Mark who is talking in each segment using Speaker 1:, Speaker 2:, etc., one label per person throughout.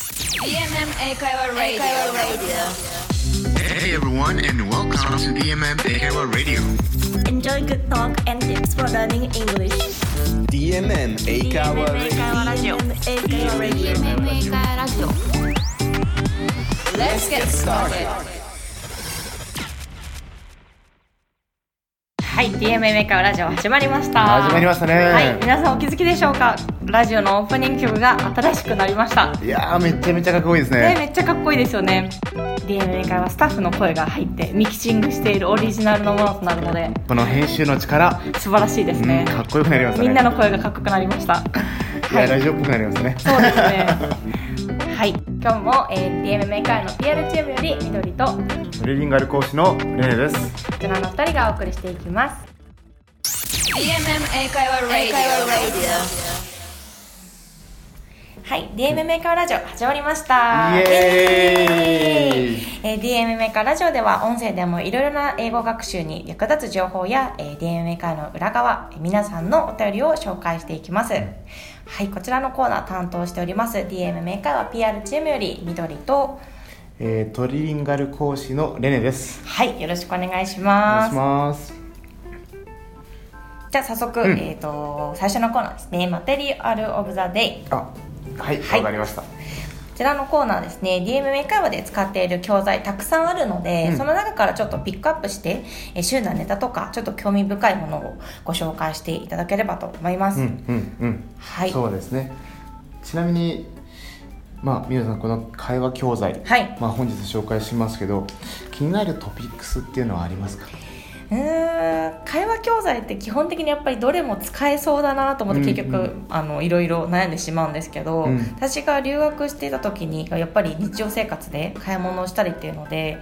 Speaker 1: DMM 英会話 Radio,
Speaker 2: Hey everyone and welcome to DMM Ehewa Radio.
Speaker 3: Enjoy good talk and tips for learning English.
Speaker 4: DMM 英会話レディ
Speaker 3: DMM Radio.
Speaker 1: Let's get started
Speaker 5: はい、DMA メーカーラジオ始まりました
Speaker 4: 始まりましたね
Speaker 5: はい、皆さんお気づきでしょうかラジオのオープニング曲が新しくなりました
Speaker 4: オいやーめちゃめちゃかっこいいです
Speaker 5: ね、
Speaker 4: ね
Speaker 5: めっちゃかっこいいですよね DMA 会はスタッフの声が入ってミキシングしているオリジナルのものとなるので
Speaker 4: この編集の力、
Speaker 5: 素晴らしいです
Speaker 4: うん、
Speaker 5: ね
Speaker 4: かっこよくなりましたね
Speaker 5: みんなの声がかっこよくなりました
Speaker 4: いやラジオっぽくなりましたね
Speaker 5: そうです ねはい、今日も、えー、DMA メーカーの PR チームより緑と
Speaker 4: リリンガル講師のレネです
Speaker 5: 大人の2人がお送りしていきます
Speaker 1: DMM 英会話 Radio
Speaker 5: はい、DM メーカーラジオ始まりまし
Speaker 4: イ
Speaker 5: た
Speaker 4: エーイ
Speaker 5: えー DM メーカーラジオでは音声でもいろいろな英語学習に役立つ情報や、えー DM メーカーの裏側、えー皆さんのお便りを紹介していきます。はい、こちらのコーナー担当しております DM メーカーは PR チームより緑と、
Speaker 4: えー、トリリンガル講師のレネです
Speaker 5: はい、よろしくお願いし
Speaker 4: お願い
Speaker 5: ます。
Speaker 4: します
Speaker 5: じゃあ早速、
Speaker 4: うん
Speaker 5: えっ、と、最初のコーナーですね。マテリアルオブザデイ。
Speaker 4: あはい
Speaker 5: はい
Speaker 4: わかりました
Speaker 5: こちらのコーナーですね DM 英会話で使っている教材たくさんあるので、
Speaker 4: うん
Speaker 5: その中からちょっとピックアップしてえー旬なネタとかちょっと興味深いものをご紹介していただければと思います、
Speaker 4: うんうんうん
Speaker 5: はい
Speaker 4: そうですねちなみにまあ皆さんこの会話教材、
Speaker 5: はい
Speaker 4: まあ、本日紹介しますけど気になるトピックスっていうのはありますか
Speaker 5: うーん会話教材って基本的にやっぱりどれも使えそうだなと思って
Speaker 4: うん
Speaker 5: 結局、
Speaker 4: うん
Speaker 5: あのいろいろ悩んでしまうんですけど、
Speaker 4: うん
Speaker 5: 私が留学していた時にやっぱり日常生活で買い物をしたりっていうので、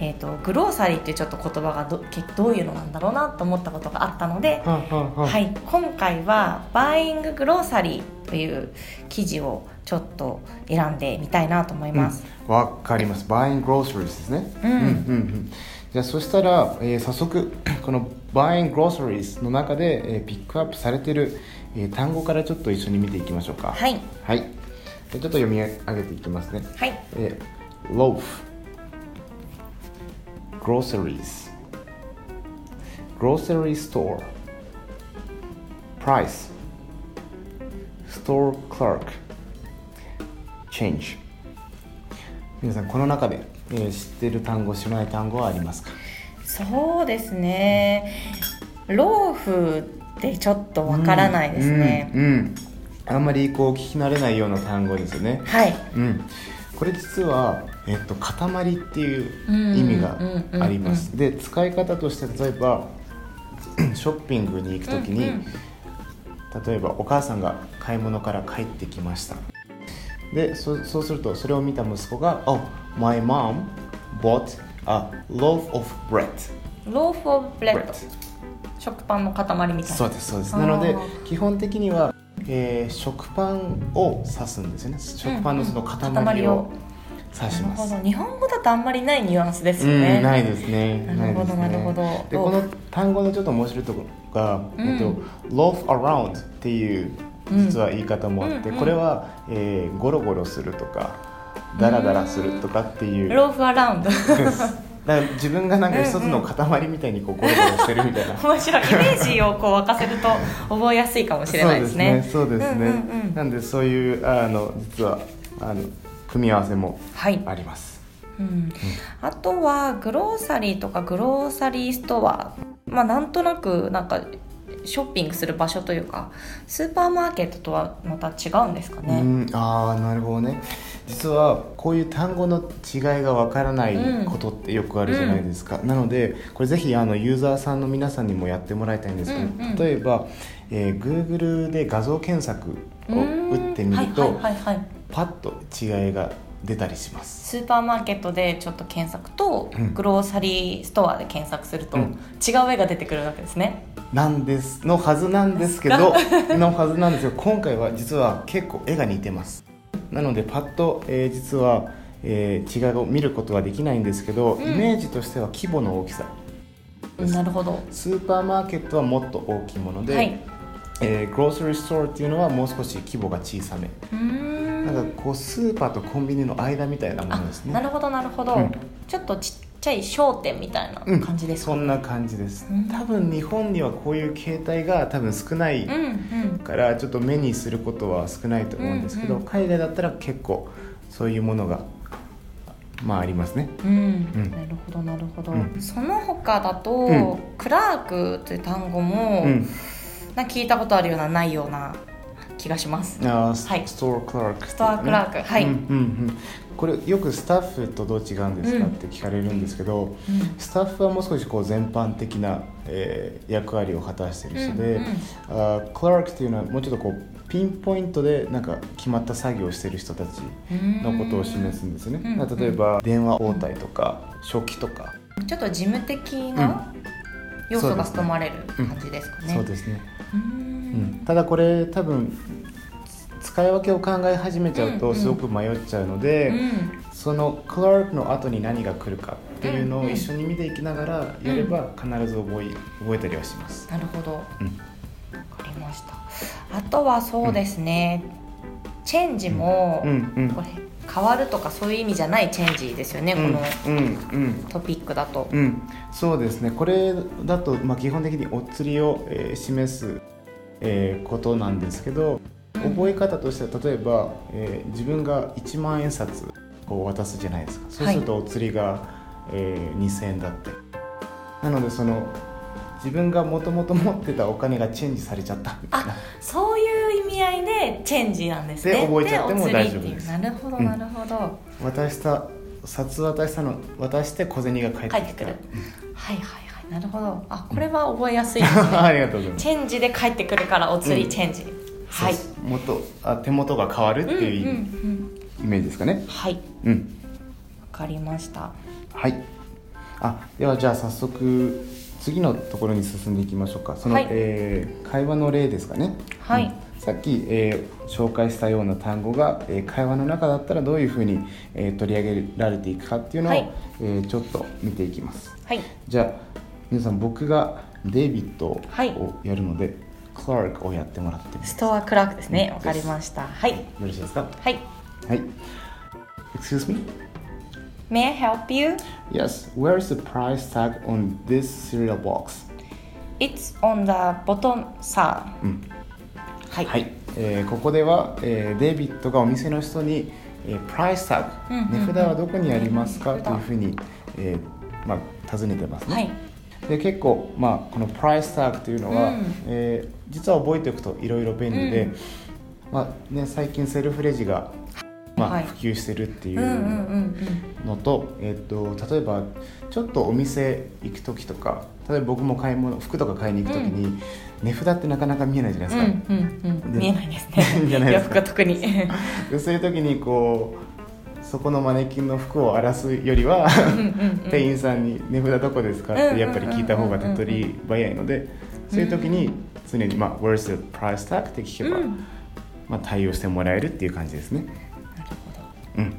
Speaker 5: えー、とグローサリーっていうちょっと言葉がどけどういうのなんだろうなと思ったことがあったので、
Speaker 4: はあはあはあ
Speaker 5: はい、今回は「バイイング・グローサリー」という記事をちょっと選んでみたいなと思います。
Speaker 4: うんわ、かります buying groceries ですね
Speaker 5: うん
Speaker 4: うんうんじゃあそしたら、えー早速 この buying groceries の中で、えーピックアップされてる、えー単語からちょっと一緒に見ていきましょうか
Speaker 5: はい、
Speaker 4: はいでちょっと読み上げていきますね
Speaker 5: はい、
Speaker 4: えー loaf groceries grocery store price store clerk change 皆さんこの中で、えー知ってる単語知らない単語はありますか
Speaker 5: そうですねローフってちょっとわからないですね。
Speaker 4: うん、うんあんまりこう聞き慣れないような単語ですよね
Speaker 5: はい
Speaker 4: うん、これ実は、えっと、塊って
Speaker 5: うん
Speaker 4: いう意味があります、で使い方として例えば ショッピングに行く時に、
Speaker 5: うん
Speaker 4: 例えばお母さんが買い物から帰ってきましたでそそうするとそれを見た息子が「Oh my mom bought a loaf of bread」
Speaker 5: ローフ・オブ・ブレッド
Speaker 4: bread
Speaker 5: 食パンの塊みたい
Speaker 4: そう
Speaker 5: な
Speaker 4: ですそうです
Speaker 5: あー
Speaker 4: なので基本的には、えー食パンを指すんですよね食パンのその塊
Speaker 5: うんうん
Speaker 4: を
Speaker 5: 塊を
Speaker 4: 指し
Speaker 5: なる
Speaker 4: ます、
Speaker 5: ほど日本語だとあんまりないニュアンスですよ
Speaker 4: う
Speaker 5: ね。
Speaker 4: ん、ないですね。
Speaker 5: なるほど
Speaker 4: いですね
Speaker 5: なるほど
Speaker 4: で、この単語のちょっと面白いところが、
Speaker 5: うん
Speaker 4: えっと、loaf around っていう実は言い方もあって、
Speaker 5: うんうん
Speaker 4: これは、えーゴロゴロするとか、ダラダラするとかっていう。
Speaker 5: ローフ・アラウンド
Speaker 4: だから自分 がなんか一つの塊みたいにこうゴロゴロしてるみ たいな。
Speaker 5: 面白いイメージをこう沸かせると覚えやすいかもしれないですね。
Speaker 4: そうですね。そうですね。
Speaker 5: うんうんうん
Speaker 4: なんでそういうあの実はあの組み合わせも
Speaker 5: はい、
Speaker 4: あります。
Speaker 5: うん、あとはグローサリーとかグローサリーストア、まあ、なんとなくなんかショッピングする場所というかスーパーマーケットとはまた違うんですか
Speaker 4: う
Speaker 5: ね。
Speaker 4: ん、ああなるほどね実はこういう単語の違いがわからないことってよくあるじゃないですか、なのでこれぜひあのユーザーさんの皆さんにもやってもらいたいんですけど、
Speaker 5: うんうん
Speaker 4: 例えば、えー Google で画像検索を打ってみると、
Speaker 5: うんはいはいはいはい、
Speaker 4: パッと違いが出たりします
Speaker 5: スーパーマーケットでちょっと検索と、
Speaker 4: うん
Speaker 5: グローサリーストアで検索すると、
Speaker 4: うん
Speaker 5: 違う絵が出てくるわけですね。
Speaker 4: なんですのはずなんですけどのはずなんですけど今回は実は結構絵が似てますなのでパッと、えー実は、えー違いを見ることはできないんですけど、
Speaker 5: ん
Speaker 4: イメージとしては規模の大きさ
Speaker 5: うんなるほど。
Speaker 4: スーパーマーケットはもっと大きいもので、
Speaker 5: はい。
Speaker 4: えーグローサリーストアっていうのはもう少し規模が小さめ
Speaker 5: うーん
Speaker 4: なんかこうスーパーとコンビニの間みたいなも
Speaker 5: あ
Speaker 4: のですね
Speaker 5: なるほどなるほど、
Speaker 4: うん
Speaker 5: ちょっとちっちゃい商店みたいな
Speaker 4: うん
Speaker 5: 感じですか、
Speaker 4: そんな感じです、
Speaker 5: うん
Speaker 4: 多分日本にはこういう形態が多分少ない
Speaker 5: うんうん
Speaker 4: からちょっと目にすることは少ないと思うんですけど、
Speaker 5: うんうん
Speaker 4: 海外だったら結構そういうものがまあありますね
Speaker 5: うん、
Speaker 4: うん
Speaker 5: なるほどなるほど、
Speaker 4: うん
Speaker 5: その他だと、
Speaker 4: うん
Speaker 5: クラークという単語も、
Speaker 4: うん
Speaker 5: なんか聞いたことあるようなないような気がします
Speaker 4: あース
Speaker 5: はい
Speaker 4: ストアクラーク、ね、
Speaker 5: ストアクラークはい
Speaker 4: うんうんうん、これよくスタッフとどう違うんですか
Speaker 5: う
Speaker 4: っ
Speaker 5: ん
Speaker 4: て聞かれるんですけど、
Speaker 5: うん
Speaker 4: スタッフはもう少しこう全般的な、えー役割を果たしている人で、
Speaker 5: うんうん
Speaker 4: あークラークっていうのはもうちょっとこうピンポイントでなんか決まった作業をしている人たちのことを示すんですね、
Speaker 5: うんうん
Speaker 4: 例えば電話応対とか書記とか、
Speaker 5: ちょっと事務的な要素が含まれる感じですかね。
Speaker 4: そうですね、
Speaker 5: うー
Speaker 4: うん
Speaker 5: ん
Speaker 4: ただこれ多分使い分けを考え始めちゃう
Speaker 5: うんう
Speaker 4: と
Speaker 5: ん
Speaker 4: すごく迷っちゃうので、
Speaker 5: うん
Speaker 4: そのクラークの後に何が来るかっていうの
Speaker 5: うん
Speaker 4: を
Speaker 5: うん
Speaker 4: 一緒に見ていきながらやれば必ず覚え覚えたりはします。
Speaker 5: なるほど。わ
Speaker 4: うん
Speaker 5: かりました。あとはそうですね。チェンジも、
Speaker 4: うんうん
Speaker 5: これ変わるとかそういう意味じゃないチェンジですよね。この
Speaker 4: うんうん
Speaker 5: トピックだと。
Speaker 4: うんうんそうですねこれだと、まあ、基本的にお釣りを、えー示す、えーことなんですけど覚え方としては例えば、えー自分が1万円札を渡すじゃないですかそうするとお釣りが、えー2000円だってなのでその自分がもともと持ってたお金がチェンジされちゃったみたいな
Speaker 5: あ、そういう意味合いでチェンジなんですね。
Speaker 4: で覚えちゃっても
Speaker 5: お釣り
Speaker 4: 大丈夫です
Speaker 5: っていうなるほど
Speaker 4: うん
Speaker 5: なるほど。
Speaker 4: 渡した札渡したの渡して小銭が返って
Speaker 5: 返っ
Speaker 4: き
Speaker 5: て
Speaker 4: た
Speaker 5: くる。はいはいはい。なるほど。あ、これは覚えやすいですね。
Speaker 4: ありがとうございます
Speaker 5: チェンジで帰ってくるからお釣
Speaker 4: う
Speaker 5: り
Speaker 4: ん
Speaker 5: チェンジ、はい
Speaker 4: そうですもっとあ手元が変わるっていううん
Speaker 5: う
Speaker 4: イ,、
Speaker 5: ん
Speaker 4: メージですか
Speaker 5: う
Speaker 4: ね
Speaker 5: ん、はいわ
Speaker 4: うん
Speaker 5: かりました
Speaker 4: はいあではじゃあ早速次のところに進んでいきましょうかその、
Speaker 5: はい
Speaker 4: えー会話の例ですかね
Speaker 5: はい
Speaker 4: うんさっき、えー紹介したような単語が、えー会話の中だったらどういうふうに、えー取り上げられていくかっていうのを、
Speaker 5: はい
Speaker 4: えーちょっと見ていきます
Speaker 5: はい
Speaker 4: じゃあ皆さん僕がデイビッドを
Speaker 5: はい
Speaker 4: やるので、クラークをやってもらっても
Speaker 5: ストアクラークですねわ
Speaker 4: です
Speaker 5: かりましたはい
Speaker 4: よろしいですか
Speaker 5: はい
Speaker 4: はい Excuse me?
Speaker 5: May I help you?
Speaker 4: Yes, where is the price tag on this cereal box?
Speaker 5: It's on the bottom, sir、
Speaker 4: うん
Speaker 5: はい、
Speaker 4: はい、えーここでは、えーデイビッドがお店の人に、えー、プライスタグ、
Speaker 5: うんうんうん
Speaker 4: 値札はどこにありますか
Speaker 5: 値札
Speaker 4: というふうに、えーまあ、尋ねてますね、
Speaker 5: はい
Speaker 4: で結構、まあ、このプライスタグというのは、
Speaker 5: うん
Speaker 4: えー実は覚えておくといろいろ便利で、まあね、最近セルフレジが、まあ
Speaker 5: はい
Speaker 4: 普及してるっていう
Speaker 5: うんうんうん
Speaker 4: のと,、えっと例えばちょっとお店行く時とか例えば僕も買い物服とか買いに行く時に、値札ってなかなか見えないじゃない
Speaker 5: うんう
Speaker 4: ですか、
Speaker 5: んうんうん
Speaker 4: で
Speaker 5: 見えないです
Speaker 4: 見えない
Speaker 5: ね
Speaker 4: で
Speaker 5: 洋
Speaker 4: すか
Speaker 5: 服が特に
Speaker 4: でそういう時にこうそこのマネキンの服を荒らすよりは店員さんに「値札どこですか?」ってやっぱり聞いた方が手っ取り早いのでそういう時に常に「まあ、Where's the price tag?」って聞けば、
Speaker 5: うん
Speaker 4: まあ、対応してもらえるっていう感じですね。うん
Speaker 5: はい、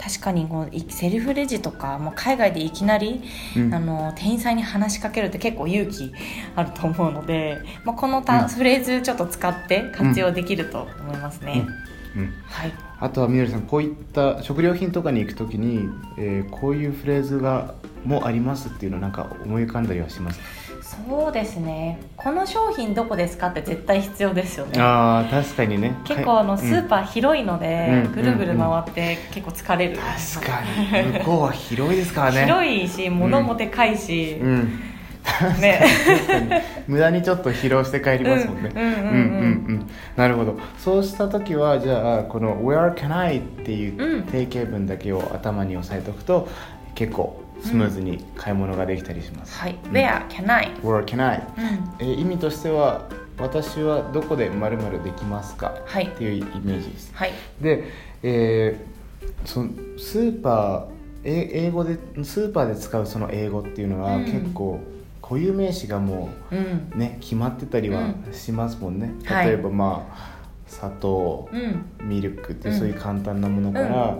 Speaker 5: 確かにこういセルフレジとか、まあ、海外でいきなり、
Speaker 4: うん
Speaker 5: あの店員さんに話しかけるって結構勇気あると思うので、まあ、このた、
Speaker 4: うん
Speaker 5: フレーズちょっと使って活用できると思いますね。
Speaker 4: うん
Speaker 5: はい、
Speaker 4: あとはみどりさんこういった食料品とかに行くときに、えーこういうフレーズがもありますっていうのなんか思い浮かんだりはします
Speaker 5: そうですねこの商品どこですかって絶対必要ですよね。
Speaker 4: あー確かにね
Speaker 5: 結構あの
Speaker 4: はい
Speaker 5: スーパー広いので、
Speaker 4: うん
Speaker 5: ぐるぐる回って結構疲れる、
Speaker 4: うん確かに向こうは広いですからねい、
Speaker 5: 広いし物もでかいし、
Speaker 4: うん、
Speaker 5: ね
Speaker 4: 確かに無駄にちょっと疲労して帰りますもんね
Speaker 5: うんうんう
Speaker 4: う
Speaker 5: ん
Speaker 4: んうんうんなるほどそうした時はじゃあこの「Where can I?」っていううん定型文だけを頭に押さえておくと結構スムーズに買い物ができたりします、
Speaker 5: はい「Where can I?、
Speaker 4: Where can I?」
Speaker 5: うん
Speaker 4: えー意味としては私はどこでまるできますか、
Speaker 5: はい
Speaker 4: っていうイメージです
Speaker 5: はい
Speaker 4: で、えーそのスーパーえ英語でスーパーで使うその英語っていうのは
Speaker 5: うん
Speaker 4: 結構固有名詞がも
Speaker 5: うん
Speaker 4: うね決まってたりはしますもんね、
Speaker 5: はい
Speaker 4: 例えばまあ砂糖、
Speaker 5: うん
Speaker 4: ミルクって
Speaker 5: うん
Speaker 4: そういう簡単なものから、
Speaker 5: う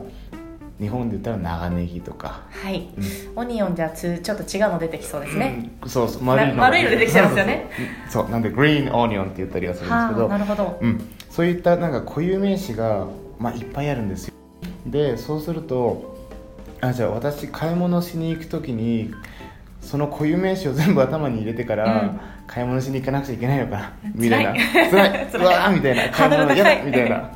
Speaker 4: 日本で言ったら長ネギとか、
Speaker 5: はい、オニオンじゃつちょっと違うの出てきそうですね、
Speaker 4: うんそうそう丸いのが
Speaker 5: 丸いの出てきちゃいますよね
Speaker 4: そうそうそうそうなんでグリーンオニオンって言ったりはするんですけ
Speaker 5: はあ
Speaker 4: ど
Speaker 5: なるほど、
Speaker 4: うん、そういったなんか固有名詞が、まあ、いっぱいあるんですよでそうするとあじゃあ私買い物しに行く時にその固有名詞を全部頭に入れてから、
Speaker 5: うん
Speaker 4: 買い物しに行かなくちゃいけないのかなみた
Speaker 5: 辛
Speaker 4: い
Speaker 5: い
Speaker 4: な辛い
Speaker 5: 辛いう
Speaker 4: わーみたいな買
Speaker 5: ハー
Speaker 4: い
Speaker 5: ドル
Speaker 4: 物
Speaker 5: 高い
Speaker 4: 嫌だみたいな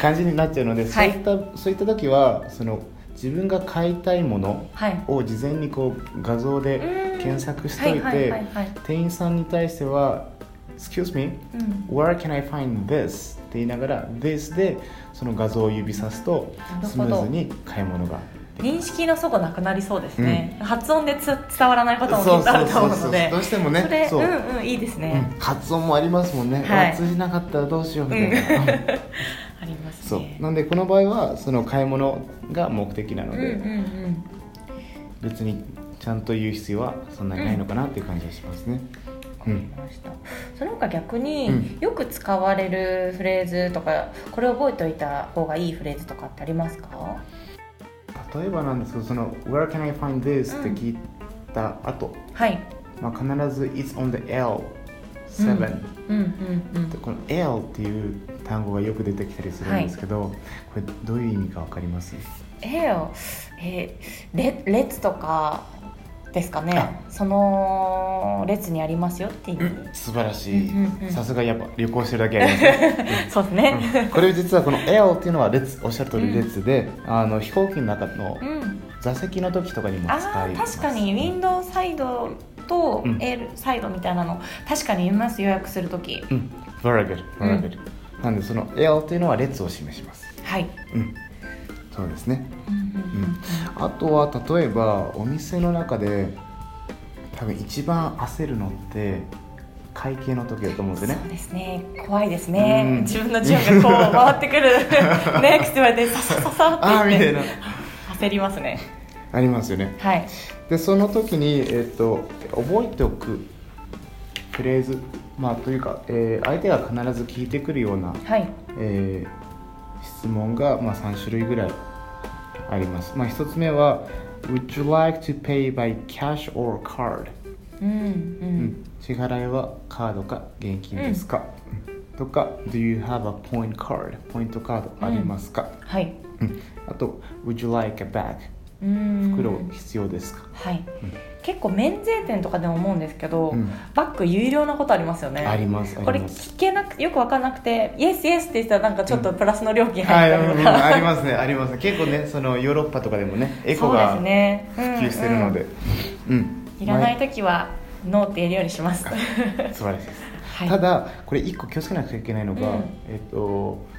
Speaker 4: 感じになっちゃうので、
Speaker 5: はい
Speaker 4: そういったそういった時はその自分が買いたいもの
Speaker 5: はい
Speaker 4: を事前にこう画像で
Speaker 5: うん
Speaker 4: 検索しておい
Speaker 5: はいはい
Speaker 4: て
Speaker 5: はいはい
Speaker 4: 店員さんに対しては「Excuse me
Speaker 5: うん
Speaker 4: where can I find this?」って言いながら「this」でその画像を指さすと
Speaker 5: なるほど
Speaker 4: スムーズに買い物が
Speaker 5: 認識の齟齬なくなりそうですね、発音でつ伝わらないこともきっとあると思うので
Speaker 4: どうしてもね
Speaker 5: それ
Speaker 4: そうう、
Speaker 5: んうんいいです
Speaker 4: うん
Speaker 5: ね、
Speaker 4: 発音もありますもんね、
Speaker 5: はい
Speaker 4: あ通じなかったらどうしようみたいな、うん
Speaker 5: あります
Speaker 4: そう
Speaker 5: ね
Speaker 4: なんでこの場合はその買い物が目的なの
Speaker 5: う
Speaker 4: で、
Speaker 5: んうんうん
Speaker 4: 別にちゃんと言う必要はそんなにないのかなっていう感じがしますね、
Speaker 5: わ
Speaker 4: う
Speaker 5: かり
Speaker 4: ん、
Speaker 5: ましたその他逆に、
Speaker 4: うん
Speaker 5: よく使われるフレーズとかこれ覚えておいた方がいいフレーズとかってありますか
Speaker 4: 例えばなんですけどその「Where can I find this?」って聞いた後、
Speaker 5: はい
Speaker 4: まあ、必ず「It's on the L7、
Speaker 5: うんうんうん
Speaker 4: でこの「L」っていう単語がよく出てきたりするんですけど、これどういう意味かわかります
Speaker 5: えよえーれ列とかですかね
Speaker 4: あ
Speaker 5: その列にありますよって意味、
Speaker 4: 素晴らしい
Speaker 5: うんうんうん
Speaker 4: さすがやっぱ旅行してるだけありますね
Speaker 5: そうですね、
Speaker 4: うんこれ実はこの「L」っていうのは列おっしゃる通り列で、あの飛行機の中の
Speaker 5: うん
Speaker 4: 座席の時とかにも使
Speaker 5: あ
Speaker 4: い
Speaker 5: ー
Speaker 4: ます
Speaker 5: 確かにウィンドウサイドと
Speaker 4: うん
Speaker 5: L サイドみたいなの確かに言います予約するとき
Speaker 4: うん very good very good、なんでその L っていうのは列を示します
Speaker 5: はい、
Speaker 4: うんそうですね
Speaker 5: うんうんうん
Speaker 4: あとは例えばお店の中で多分一番焦るのって会計の時だと思うんですよ
Speaker 5: そう
Speaker 4: ね
Speaker 5: ですね怖いですね、
Speaker 4: うん
Speaker 5: 自分の順位がこう回ってくるね口までささささ
Speaker 4: ああ
Speaker 5: っ
Speaker 4: ーみたい
Speaker 5: て言っ
Speaker 4: な
Speaker 5: て焦りますね
Speaker 4: ありますよね
Speaker 5: はい
Speaker 4: でその時に、えっと覚えておくフレーズまあというか、えー相手が必ず聞いてくるような、
Speaker 5: はい
Speaker 4: えー質問が、まあ、3種類ぐらいあります、まあ、1つ目は「Would you like to pay by cash or card?」
Speaker 5: うんう
Speaker 4: うんん支払いはカードか現金ですか、とか「Do you have a point card?」ポイントカードありますか、
Speaker 5: はい
Speaker 4: うんあと「Would you like a bag?」
Speaker 5: うん
Speaker 4: 袋必要ですか、
Speaker 5: はい、結構免税店とかでも思うんですけど、
Speaker 4: うん
Speaker 5: バッグ有料なことありますよね
Speaker 4: ありますあり
Speaker 5: これ
Speaker 4: ます
Speaker 5: 聞けなくよく分からなくて「イエスイエス」って言ったらなんかちょっとプラスの料金
Speaker 4: は
Speaker 5: 入
Speaker 4: い、
Speaker 5: った
Speaker 4: う
Speaker 5: り
Speaker 4: んう
Speaker 5: と
Speaker 4: んあり
Speaker 5: か、
Speaker 4: ますねありますね結構ねそのヨーロッパとかでもねエコ
Speaker 5: そうで
Speaker 4: が
Speaker 5: す
Speaker 4: 普
Speaker 5: ね普
Speaker 4: 及してるので、うん
Speaker 5: いらない時はノーって言えるようにします
Speaker 4: まあ素晴らしいです、
Speaker 5: はい
Speaker 4: ただこれ一個気をつけなくちゃいけないのが、
Speaker 5: うん
Speaker 4: えっと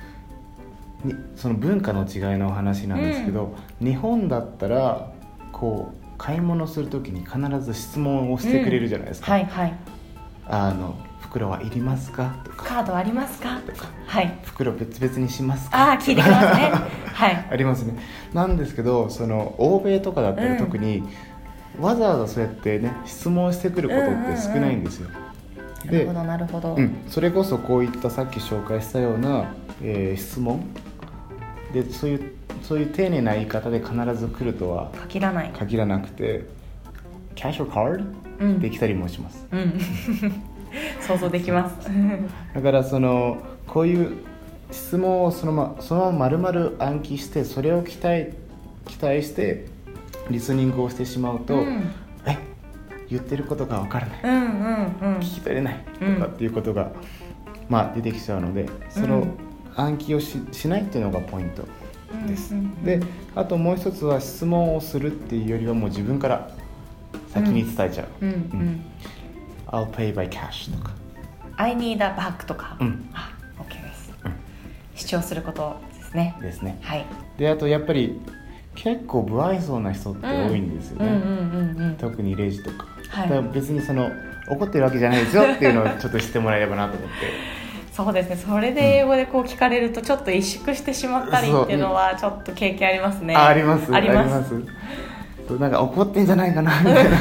Speaker 4: にその文化の違いのお話なんですけど、日本だったらこう買い物するときに必ず質問をしてくれるじゃないですか、
Speaker 5: はいはい
Speaker 4: あの袋はいりますかとか
Speaker 5: カードありますか
Speaker 4: とか
Speaker 5: はい
Speaker 4: 袋別々にしますか
Speaker 5: ああ聞いてきま すねはい
Speaker 4: ありますねなんですけどその欧米とかだった
Speaker 5: う
Speaker 4: ら
Speaker 5: ん
Speaker 4: 特に、わざわざそうやってね質問してくることって少ないんですよ、
Speaker 5: なる
Speaker 4: で
Speaker 5: ほどなるほど、
Speaker 4: うん、それこそこういったさっき紹介したような、えー質問でそういうそういう丁寧な言い方で必ず来るとは
Speaker 5: 限らない
Speaker 4: 限らなくてキャッシュカー
Speaker 5: う
Speaker 4: ドで
Speaker 5: ん、
Speaker 4: きたりもします
Speaker 5: うん 想像できます
Speaker 4: だからそのこういう質問をそのまそのまま丸々暗記してそれを期待期待してリスニングをしてしまうと、
Speaker 5: うん
Speaker 4: え言ってることが分からない
Speaker 5: うんうんうん
Speaker 4: 聞き取れないと
Speaker 5: うん
Speaker 4: かっていうことが、まあ、出てきちゃうのでその、
Speaker 5: うん
Speaker 4: 暗記をししないっていうのがポイント
Speaker 5: うん
Speaker 4: です、
Speaker 5: うん
Speaker 4: であともう一つは質問をするっていうよりはもう自分から先に伝えちゃう「
Speaker 5: うんうん
Speaker 4: I'll pay by cash」とか
Speaker 5: I need a bag とか、
Speaker 4: うん
Speaker 5: あ OK です、主張することですね
Speaker 4: ですね
Speaker 5: はい
Speaker 4: であとやっぱり結構不愛想な人って多いんですよ
Speaker 5: うん
Speaker 4: ね、
Speaker 5: うんうんうん
Speaker 4: 特にレジとか,、
Speaker 5: はい
Speaker 4: だから別にその怒ってるわけじゃないですよっていうのをちょっと知ってもらえればなと思って
Speaker 5: そうですねそれで英語でこう聞かれるとちょっと萎縮してしまったりっていうのはちょっと経験あります ね
Speaker 4: ああります
Speaker 5: あります
Speaker 4: そうなんか怒ってんじゃないかなみたいな、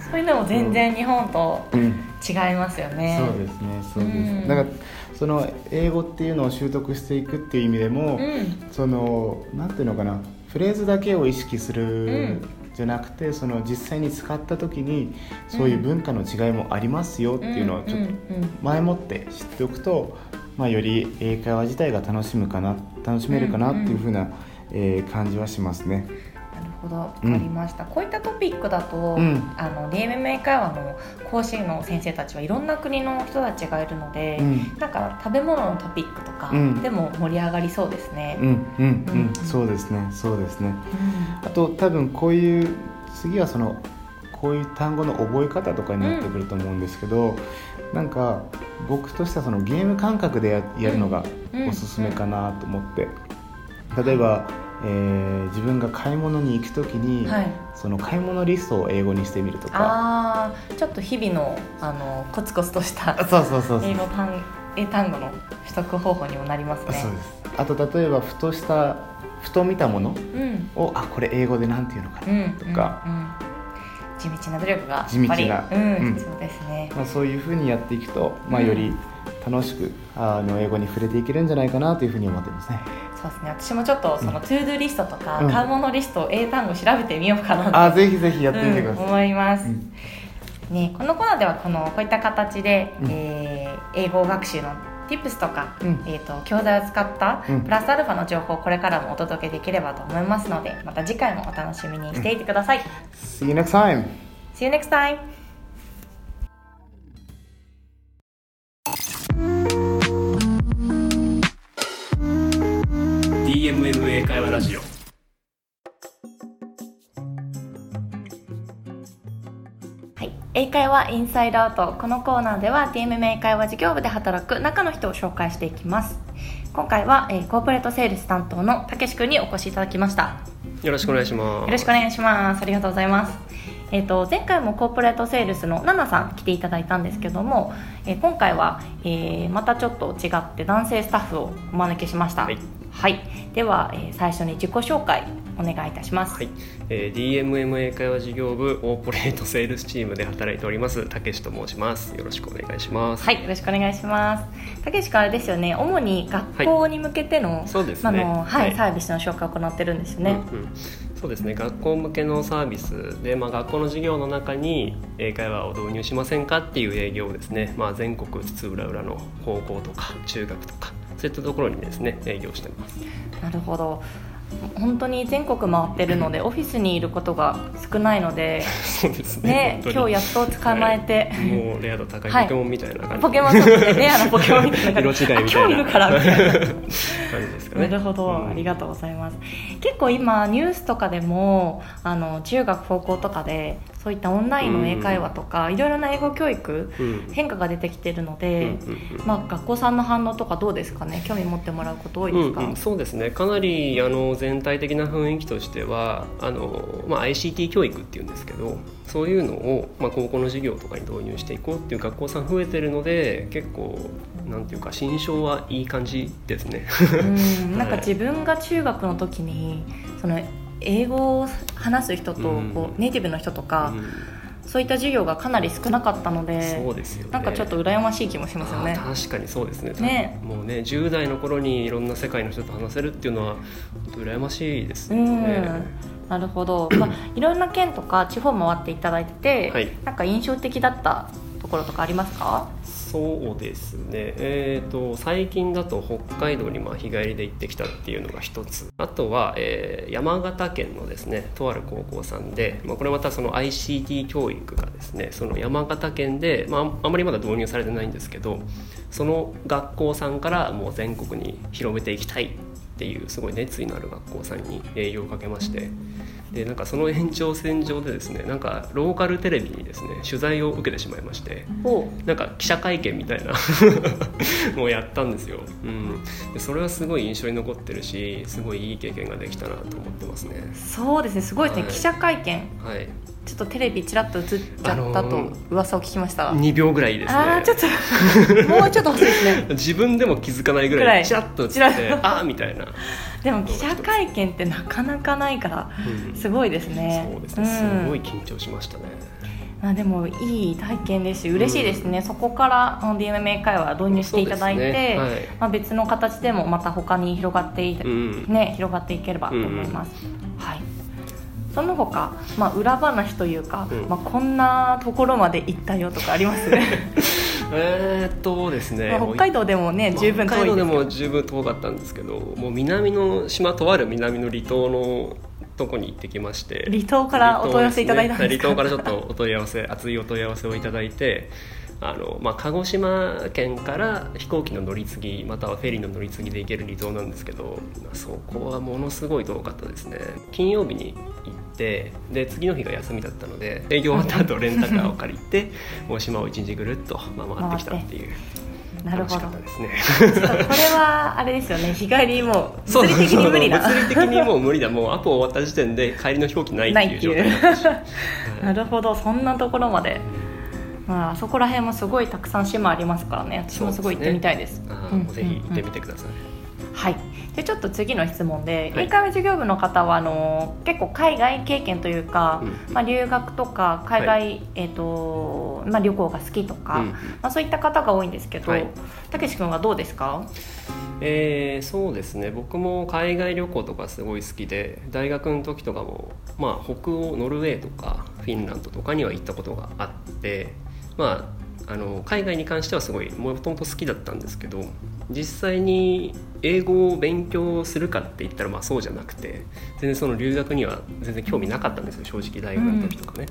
Speaker 5: そういうのも全然日本と
Speaker 4: うん
Speaker 5: 違いますよね、
Speaker 4: そうですねそうです、
Speaker 5: うん
Speaker 4: だからその英語っていうのを習得していくっていう意味でも、
Speaker 5: うん
Speaker 4: そのなんていうのかなフレーズだけを意識す
Speaker 5: う
Speaker 4: る
Speaker 5: ん
Speaker 4: じゃじゃなくてその実際に使った時にそういう文化の違いもありますよっていうのをちょっと
Speaker 5: うんうん
Speaker 4: 前もって知っておくと、まあ、より英会話自体が楽しむかな楽しめるかなっていうふうな、えー感じはしますね。
Speaker 5: なるほど、わか
Speaker 4: うん
Speaker 5: りました。こういったトピックだと、
Speaker 4: うん
Speaker 5: あの DMM 英会話の講師の先生たちはいろんな国の人たちがいるので、
Speaker 4: うん
Speaker 5: なんか食べ物のトピックとか
Speaker 4: うん
Speaker 5: でも盛り上がりそうですね。
Speaker 4: うんうん
Speaker 5: う
Speaker 4: うんん、そうですねそうですねあと多分こういう次はそのこういう単語の覚え方とかになってくると思うんですけど、なんか僕としてはそのゲーム感覚でややるのが
Speaker 5: うん
Speaker 4: おすすめかなと思って、例えば、えー自分が買い物に行く時に、
Speaker 5: はい。
Speaker 4: その買い物リストを英語にしてみるとか
Speaker 5: ああ、ちょっと日々のあのコツコツとし た
Speaker 4: あそうそうそうそう
Speaker 5: 英語単英単語の取得方法にもなります
Speaker 4: あそう
Speaker 5: ね。
Speaker 4: ですあと例えばふとしたふと見たもの
Speaker 5: うん。
Speaker 4: をあこれ英語でなんていうのかな、
Speaker 5: うん。
Speaker 4: とか
Speaker 5: うん。うん地道な努力がやっぱり
Speaker 4: 地道な
Speaker 5: うん
Speaker 4: うん
Speaker 5: 必要ですね。
Speaker 4: まあ、そういうふうにやっていくと、まあ、
Speaker 5: うん
Speaker 4: より楽しくあの英語に触れていけるんじゃないかなというふうに思ってますね。
Speaker 5: そうですね私もちょっとそのトゥードゥリストとか、
Speaker 4: うん
Speaker 5: 買うものリストを英単語調べてみようかなと
Speaker 4: あぜひぜひやってみてくだ
Speaker 5: うん
Speaker 4: さい。
Speaker 5: 思います、
Speaker 4: うん
Speaker 5: ね、このコーナーではこのこういった形で、
Speaker 4: うん
Speaker 5: えー英語学習の tips とか、
Speaker 4: うん
Speaker 5: えー、と教材を使った
Speaker 4: うん
Speaker 5: プラスアルファの情報をこれからもお届けできればと思いますのでまた次回もお楽しみにしていてください、
Speaker 4: See you next time!
Speaker 5: See you next time!
Speaker 6: DMM 英会話ラジオ
Speaker 5: はい、英会話インサイドアウトこのコーナーでは DMM 英会話事業部で働く中の人を紹介していきます今回は、えーコーポレートセールス担当のたけしくんにお越しいただきました
Speaker 6: よろしくお願いします
Speaker 5: よろしくお願いしますありがとうございますえっ、と前回もコーポレートセールスのナナさん来ていただいたんですけども、えー今回は、えーまたちょっと違って男性スタッフをお招きしました
Speaker 6: はい、
Speaker 5: はいでは、えー最初に自己紹介お願いいたします
Speaker 6: はい、えー、DMM 英会話事業部オーポレートセールスチームで働いておりますたけしと申しますよろしくお願いします
Speaker 5: はい、よろしくお願いします。たけしくんあれですよね、主に学校に向けての、
Speaker 6: そうですね
Speaker 5: あのはい、
Speaker 6: はい
Speaker 5: サービスの紹介を行ってるんですよね。
Speaker 6: うんうんそうですね学校向けのサービスで、まあ、学校の授業の中に英会話を導入しませんかっていう営業をですね、まあ、全国津々浦々の高校とか中学とかそういったところにですね営業してます
Speaker 5: なるほど。本当に全国回ってる ので、オフィスにいることが少ないので、
Speaker 6: そうです
Speaker 5: ね
Speaker 6: ね、本当
Speaker 5: 今日
Speaker 6: に
Speaker 5: やっと捕まえて、
Speaker 6: はいもうレア度高い
Speaker 5: はい
Speaker 6: ポケモンみたいな感じ、
Speaker 5: ポケモンそうですねレ アなポケモンみたいな
Speaker 6: 色違いみたいな
Speaker 5: あ今日いるからみたいな
Speaker 6: 感じですか
Speaker 5: な
Speaker 6: ね
Speaker 5: るほど、ありがとうございます結構今ニュースとかでもあの中学高校とかでそういったオンラインの英会話とか、いろいろな英語教育、
Speaker 6: うん、うん
Speaker 5: 変化が出てきてるの
Speaker 6: うん
Speaker 5: で、
Speaker 6: うんうん
Speaker 5: まあ、学校さんの反応とかどうですかね興味持ってもらうこと多いですか、
Speaker 6: うんうんそうですねかなりあの全体的な雰囲気としてはあの、まあ、ICT 教育っていうんですけどそういうのを、まあ、高校の授業とかに導入していこうっていう学校さん増えてるので結構なんていうか心象はいい感じですね。
Speaker 5: うんなんか自分が中学の時にその英語を話す人と
Speaker 6: うん
Speaker 5: こうネイティブの人とか、
Speaker 6: うん
Speaker 5: そういった授業がかなり少なかったので
Speaker 6: そうですよね
Speaker 5: なんかちょっと羨ましい気もしますよね
Speaker 6: あ。ー確かにそうですね
Speaker 5: ね
Speaker 6: もうね10代の頃にいろんな世界の人と話せるっていうのは本当羨ましいです
Speaker 5: う
Speaker 6: よ
Speaker 5: ん
Speaker 6: ね。
Speaker 5: なるほど、まあ、いろんな県とか地方回っていただいてて、
Speaker 6: はい
Speaker 5: なんか印象的だったところとかありますか
Speaker 6: そうですね、えー、と最近だと北海道にまあ日帰りで行ってきたっていうのが一つあとは、えー山形県のですねとある高校さんで、まあ、これまたその ICT 教育がですねその山形県で、まあ、あんまりまだ導入されてないんですけどその学校さんからもう全国に広めていきたいっていうすごい熱意のある学校さんに営業をかけまして。でなんかその延長線上でですねなんかローカルテレビにですね取材を受けてしまいまして、
Speaker 5: お
Speaker 6: なんか記者会見みたいな のをやったんですよ、うん、でそれはすごい印象に残ってるしすごいいい経験ができたなと思ってますね
Speaker 5: そうですねすごいですね、
Speaker 6: はい
Speaker 5: 記者会見
Speaker 6: はい
Speaker 5: ちょっとテレビちらっと映っちゃった
Speaker 6: あ
Speaker 5: と
Speaker 6: のー
Speaker 5: 噂を聞きましたが、
Speaker 6: 2秒ぐらいですね
Speaker 5: あーちょっと もうちょっと欲しいですね
Speaker 6: 自分でも気づかないぐ
Speaker 5: ぐら
Speaker 6: ら
Speaker 5: い
Speaker 6: いチラッと映って
Speaker 5: チラッと
Speaker 6: ああみたいな、
Speaker 5: でも記者会見ってなかなかないから
Speaker 6: うん
Speaker 5: すごいですね
Speaker 6: そうですね、すごい緊張しましたね
Speaker 5: うんあでもいい体験ですし嬉しいですね、そこからあの DMM 会話導入していただい
Speaker 6: そう
Speaker 5: て、
Speaker 6: ですねはい
Speaker 5: まあ、別の形でもまた他に広がってい、
Speaker 6: うん
Speaker 5: ね広がっていければと思います、はいその他、まあ、裏話というか、
Speaker 6: うん
Speaker 5: まあ、こんなところまで行ったよとかあります
Speaker 6: えーっとですね
Speaker 5: まあ北海道でもね十分
Speaker 6: まあ
Speaker 5: 遠い
Speaker 6: 北海道
Speaker 5: で
Speaker 6: です
Speaker 5: けど
Speaker 6: も十分遠かったんですけどもう南の島とある南の離島のとこに行ってきまして
Speaker 5: 離島からお問い合わせいただいたんですか
Speaker 6: 離島ですね離島からちょっとお問い合わせ熱いお問い合わせをいただいてあの、まあ、鹿児島県から飛行機の乗り継ぎまたはフェリーの乗り継ぎで行ける離島なんですけどそこはものすごい遠かったですね金曜日に行ってで次の日が休みだったので営業終わった後レンタカーを借り てもう島を一日ぐるっとまあ回ってきたっていう
Speaker 5: なる
Speaker 6: 楽
Speaker 5: ほ
Speaker 6: し
Speaker 5: ど
Speaker 6: かったですね。
Speaker 5: ちょっとこれはあれですよね日帰りもう
Speaker 6: そう
Speaker 5: 物理的に無理な
Speaker 6: そうそう物理的にもう無理だもうアポ終わった時点で帰りの飛行機ないっていう状態だったし
Speaker 5: なるほどそんなところまで、まああそこら辺もすごいたくさん島ありますからね私もすごい行ってみたいです
Speaker 6: あー
Speaker 5: うん
Speaker 6: ぜひ行ってみてください、
Speaker 5: はいでちょっと次の質問で、
Speaker 6: はい
Speaker 5: 英会話授業部の方はあの結構海外経験というか、
Speaker 6: う
Speaker 5: まあ、留学とか海外、
Speaker 6: は
Speaker 5: えーとまあ、旅行が好きとか、
Speaker 6: うん
Speaker 5: まあ、そういった方が多いんですけど
Speaker 6: はい
Speaker 5: たけし君はどうですか
Speaker 6: えーそうですね僕も海外旅行とかすごい好きで大学の時とかも、まあ、北欧ノルウェーとかフィンランドとかには行ったことがあって、まあ、あの海外に関してはすごいもともと好きだったんですけど実際に英語を勉強するかって言ったらまあそうじゃなくて全然その留学には全然興味なかったんですよ正直大学の時とかね。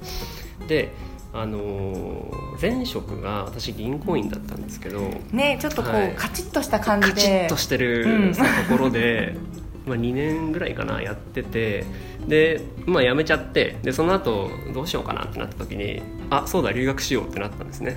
Speaker 6: であのー前職が私銀行員だったんですけど。
Speaker 5: ねちょっとこう、
Speaker 6: はい
Speaker 5: カチッとした感じ
Speaker 6: カ
Speaker 5: で
Speaker 6: チッとしてる
Speaker 5: うん
Speaker 6: ところで、まあ、2年ぐらいかなやっててで、まあ、辞めちゃってでその後どうしようかなってなった時にあそうだ留学しようってなったんですね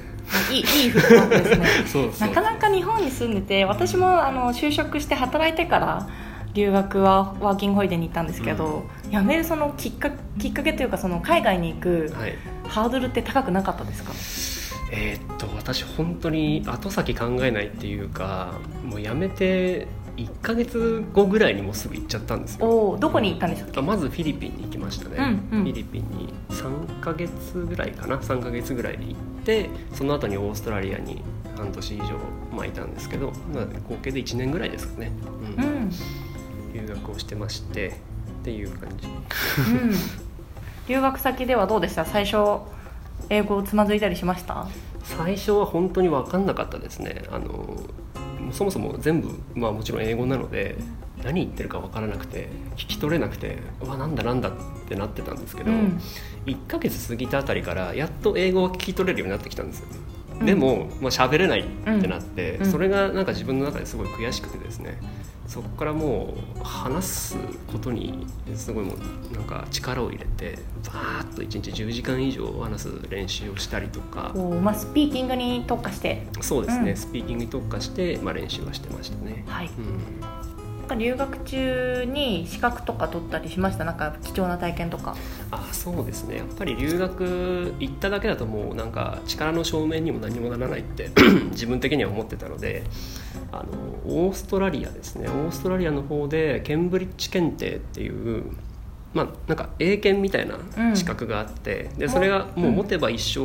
Speaker 5: いいいいフットワークですね
Speaker 6: そ
Speaker 5: な
Speaker 6: う
Speaker 5: かなか日本に住んでて私もあの就職して働いてから留学はワーキングホリデーに行ったんですけど、辞めるそのきっかきっかけというかその海外に行く
Speaker 6: はい
Speaker 5: ハードルって高くなかったですか
Speaker 6: えーっと私本当に後先考えないっていうかもう辞めて1ヶ月後ぐらいにもうすぐ行っちゃったんですよ
Speaker 5: おーどこに行ったんでしたっけ
Speaker 6: あまずフィリピンに行きましたね、
Speaker 5: うんうん
Speaker 6: フィリピンに3ヶ月ぐらいかな3ヶ月ぐらいで行ってその後にオーストラリアに半年以上、まあ、いたんですけど、まあ、合計で1年ぐらいですかね、う
Speaker 5: うんん、
Speaker 6: 留学をしてましてっていう感じ
Speaker 5: うん、留学先ではどうでした最初英語をつまずいたりしました
Speaker 6: 最初は本当に分かんなかったですねあのそもそも全部、まあ、もちろん英語なので何言ってるか分からなくて聞き取れなくてうわなんだなんだってなってたんですけど、
Speaker 5: うん
Speaker 6: 1ヶ月過ぎたあたりからやっと英語を聞き取れるようになってきたんですよ、
Speaker 5: うん
Speaker 6: でも、まあ喋れないってなって、
Speaker 5: うんうん
Speaker 6: それがなんか自分の中ですごい悔しくてですねそこからもう話すことにすごいもうなんか力を入れてバーッと1日10時間以上話す練習をしたりとか
Speaker 5: こうまあ、スピーキングに特化して
Speaker 6: そうですね、
Speaker 5: うん
Speaker 6: スピーキングに特化して、まあ、練習はしてましたね、
Speaker 5: はい
Speaker 6: うん
Speaker 5: なんか留学中に資格とか取ったりしましたなんか貴重な体験とか
Speaker 6: あそうですねやっぱり留学行っただけだともうなんか力の証明にも何もならないって 自分的には思ってたのであのオーストラリアですねオーストラリアの方でケンブリッジ検定っていうまあなんか英検みたいな資格があって、でそれがもう持てば一生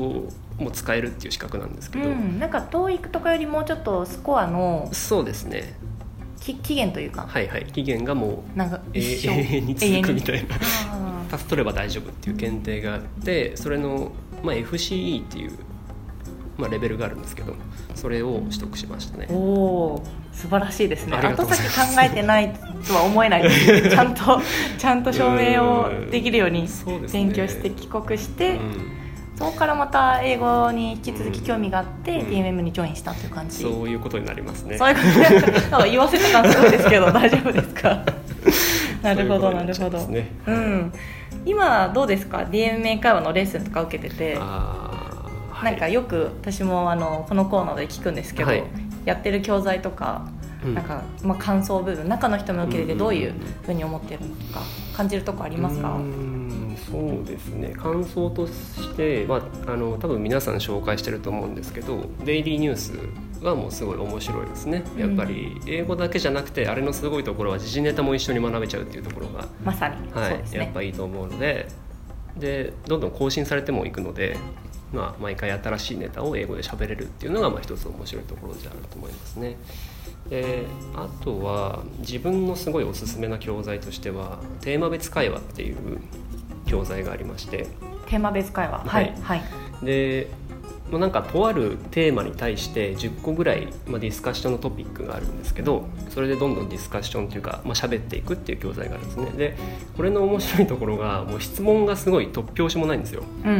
Speaker 6: もう使えるっていう資格なんですけ
Speaker 5: う
Speaker 6: ど、
Speaker 5: ん、なんか TOEIC とかよりもうちょっとスコアの
Speaker 6: そうですね
Speaker 5: き期限というか、
Speaker 6: はいはい期限がもう
Speaker 5: なんか
Speaker 6: 永
Speaker 5: 一生
Speaker 6: 永遠 に続くみた
Speaker 5: い
Speaker 6: いな。パス取れば大丈夫っていう検定があってそれの、まあ、FCE っていう、まあ、レベルがあるんですけどそれを取得しましたね
Speaker 5: おおー素晴らしいですね
Speaker 6: ありがと
Speaker 5: 後
Speaker 6: うござ
Speaker 5: 先
Speaker 6: います
Speaker 5: 考えてないとは思えないです ねちゃんとちゃんと証明をできるよう
Speaker 6: う
Speaker 5: に
Speaker 6: んそうですね
Speaker 5: 勉強して帰国し
Speaker 6: う
Speaker 5: て
Speaker 6: ん、
Speaker 5: そこからまた英語に引き続き興味があって、
Speaker 6: うん
Speaker 5: DMM にジョインしたという感じ
Speaker 6: そういうことになりますね
Speaker 5: そういうことですなんか言わせた感すごいですけど大丈夫です かなるほど
Speaker 6: そ
Speaker 5: な
Speaker 6: ういうことにな
Speaker 5: る
Speaker 6: っち
Speaker 5: ほ
Speaker 6: ゃいま
Speaker 5: ど
Speaker 6: すね
Speaker 5: うん、今どうですか DMA 会話のレッスンとか受けてて
Speaker 6: あーはい
Speaker 5: なんかよく私もあのこのコーナーで聞くんですけど、
Speaker 6: はい
Speaker 5: やってる教材とか、
Speaker 6: うん
Speaker 5: なんかまあ感想部分中の人も受けてて
Speaker 6: うん
Speaker 5: どういうふうに思ってるのか感じるとこありますか、
Speaker 6: うーんそうですね感想として、まあ、あの多分皆さん紹介してると思うんですけどデイリーニュースはもうすごい面白いですねやっぱり英語だけじゃなくてあれのすごいところは時事ネタも一緒に学べちゃうっていうところが
Speaker 5: まさに、
Speaker 6: は
Speaker 5: そう
Speaker 6: い
Speaker 5: です
Speaker 6: やっ
Speaker 5: ね
Speaker 6: ぱいいと思うのででどんどん更新されてもいくので、まあ、毎回新しいネタを英語で喋れるっていうのがまあ一つ面白いところじゃあると思いますね。であとは自分のすごいおすすめな教材としてはテーマ別会話っていう教材がありまして
Speaker 5: テーマ別会話はいはい
Speaker 6: で、まあ、なんかとあるテーマに対して10個ぐらい、まあ、ディスカッションのトピックがあるんですけどそれでどんどんディスカッションというか、まあ喋っていくっていう教材があるんですねでこれの面白いところがもう質問がすごい突拍子もないんですよ、
Speaker 5: うんう
Speaker 6: うん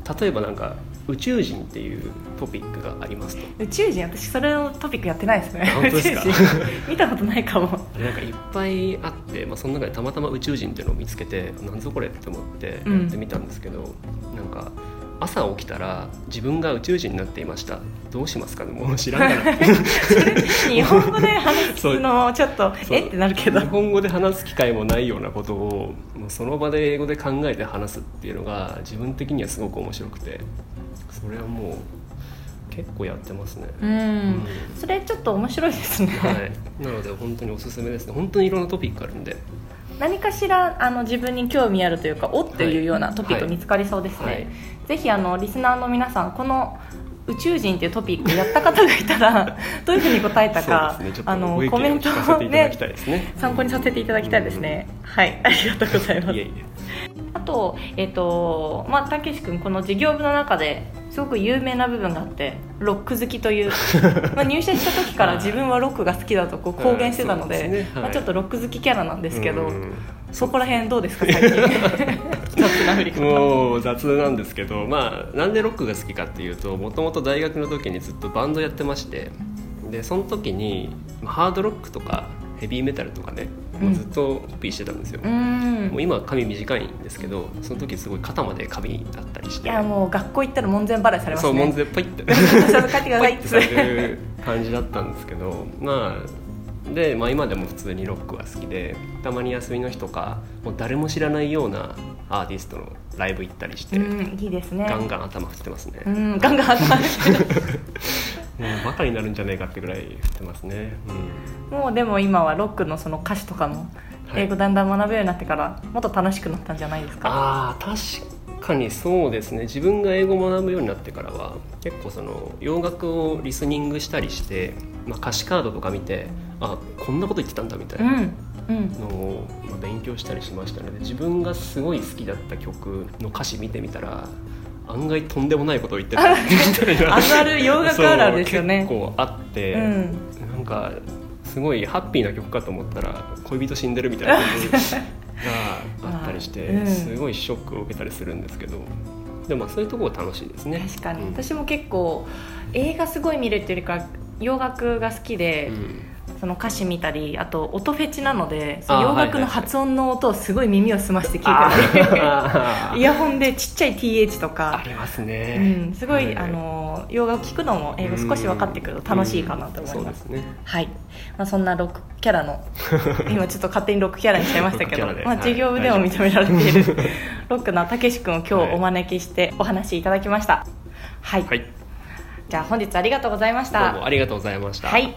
Speaker 6: ん、例えばなんか宇宙人っていうトピックがありますと
Speaker 5: 宇宙人私それのトピックやってないですね
Speaker 6: 本当ですか
Speaker 5: 宇宙人見たことないかも
Speaker 6: なんかいっぱいあって、まあ、その中でたまたま宇宙人っていうのを見つけてなんぞこれって思って
Speaker 5: うん
Speaker 6: やってみたんですけど、なんか朝起きたら自分が宇宙人になっていましたどうしますかねもう知らんから
Speaker 5: 日本語で話
Speaker 6: そう
Speaker 5: すのちょっと
Speaker 6: そう
Speaker 5: えってなるけど
Speaker 6: 日本語で話す機会もないようなことをもうその場で英語で考えて話すっていうのが自分的にはすごく面白くてそれはもう結構やってますね。
Speaker 5: う
Speaker 6: うんん
Speaker 5: それちょっと面白いですね、
Speaker 6: はい、なので本当におすすめですね本当にいろんなトピックあるんで
Speaker 5: 何かしらあの自分に興味あるというかおっていうようなトピック
Speaker 6: はい
Speaker 5: 見つかりそうですね、
Speaker 6: はい
Speaker 5: ぜひあのリスナーの皆さんこの宇宙人っていうトピックやった方がいたら どういうふうに答えたか、
Speaker 6: そうですねちょっ
Speaker 5: あ
Speaker 6: とご
Speaker 5: の
Speaker 6: 意
Speaker 5: コメ
Speaker 6: 見を
Speaker 5: ント
Speaker 6: 聞かせ
Speaker 5: を
Speaker 6: ていただ
Speaker 5: ね
Speaker 6: きたいですね
Speaker 5: 参考にさせていただきたいですね、はいあ りがとうございます
Speaker 6: いえいえ
Speaker 5: あとえっ、とまあたけし君この事業部の中ですごく有名な部分があってロック好きと いうまあ入社した時から自分はロックが好きだとこう公言してたので,、
Speaker 6: はいそうですねはい
Speaker 5: まあ、ちょっとロック好きキャラなんですけど、
Speaker 6: うん
Speaker 5: そこら辺どう ですか最近雑な振り方
Speaker 6: もう雑なんですけど、まあ、なんでロックが好きかっていうともともと大学の時にずっとバンドやってましてでその時にまあハードロックとかヘビーメタルとかね、もうずっとコピーしてたんですよ、
Speaker 5: うー
Speaker 6: も
Speaker 5: ん
Speaker 6: う今は髪短いんですけどその時すごい肩まで髪だったりし
Speaker 5: い
Speaker 6: て
Speaker 5: やもう学校行ったら門前払いされます
Speaker 6: そ
Speaker 5: ね
Speaker 6: う門前ポイ って
Speaker 5: ちょっと帰ってください
Speaker 6: ってされる感じだったんですけどまあで、まあ、今でも普通にロックは好きでたまに休みの日とかもう誰も知らないようなアーティストのライブ行ったりして、
Speaker 5: うんいいですね
Speaker 6: ガンガン頭振ってますね、
Speaker 5: う
Speaker 6: も
Speaker 5: んガンガン集まる
Speaker 6: うバカになるんじゃないかってぐらい振ってますね、
Speaker 5: もうでも今はロックのその歌詞とかも
Speaker 6: はい
Speaker 5: 英語だんだん学ぶようになってからもっと楽しくなったんじゃないですか、
Speaker 6: ああー確かにそうですね自分が英語を学ぶようになってからは結構その洋楽をリスニングしたりして、まあ、歌詞カードとか見てあこんなこと言ってたんだみたいな、
Speaker 5: うんうん
Speaker 6: のをまあ勉強したりしましたので自分がすごい好きだった曲の歌詞見てみたら案外とんでもないことを言ってたみたい な
Speaker 5: あるある洋楽あるあるですよね
Speaker 6: そう結構あって、
Speaker 5: うん
Speaker 6: なんかすごいハッピーな曲かと思ったら恋人死んでるみたいな感じがあったりして、
Speaker 5: うん
Speaker 6: すごいショックを受けたりするんですけどでもまあそういうところ楽しいですね
Speaker 5: 確かに、
Speaker 6: うん
Speaker 5: 私も結構映画すごい見るっていうよりか洋楽が好きで、
Speaker 6: うん
Speaker 5: その歌詞見たりあと音フェチなのでそ
Speaker 6: あ
Speaker 5: の
Speaker 6: ー
Speaker 5: 洋
Speaker 6: はいはい
Speaker 5: 楽
Speaker 6: はい
Speaker 5: の発音の音をすごい耳を澄まして聞い
Speaker 6: あ
Speaker 5: てたり、
Speaker 6: ー
Speaker 5: イヤホンでちっ ちゃい TH と
Speaker 6: あ
Speaker 5: か、
Speaker 6: ります
Speaker 5: う
Speaker 6: ね、
Speaker 5: ん、すごい、
Speaker 6: はい
Speaker 5: あの洋楽聞くのも英語少し分かってくると楽しいかなと思い
Speaker 6: うんそう
Speaker 5: ま、
Speaker 6: ですすね
Speaker 5: はい、まあ、そんなロックキャラ の今ちょっと勝手にロックキャラにしちゃいましたけど
Speaker 6: ロックキャラで
Speaker 5: まあ、
Speaker 6: はい
Speaker 5: 授業部でも認められているロックなたけし君を今日お招きしてお話しいただきましたはい、
Speaker 6: はい
Speaker 5: じゃあ本日ありがとうございまし
Speaker 6: どう
Speaker 5: た
Speaker 6: もありがとうございました、
Speaker 5: はい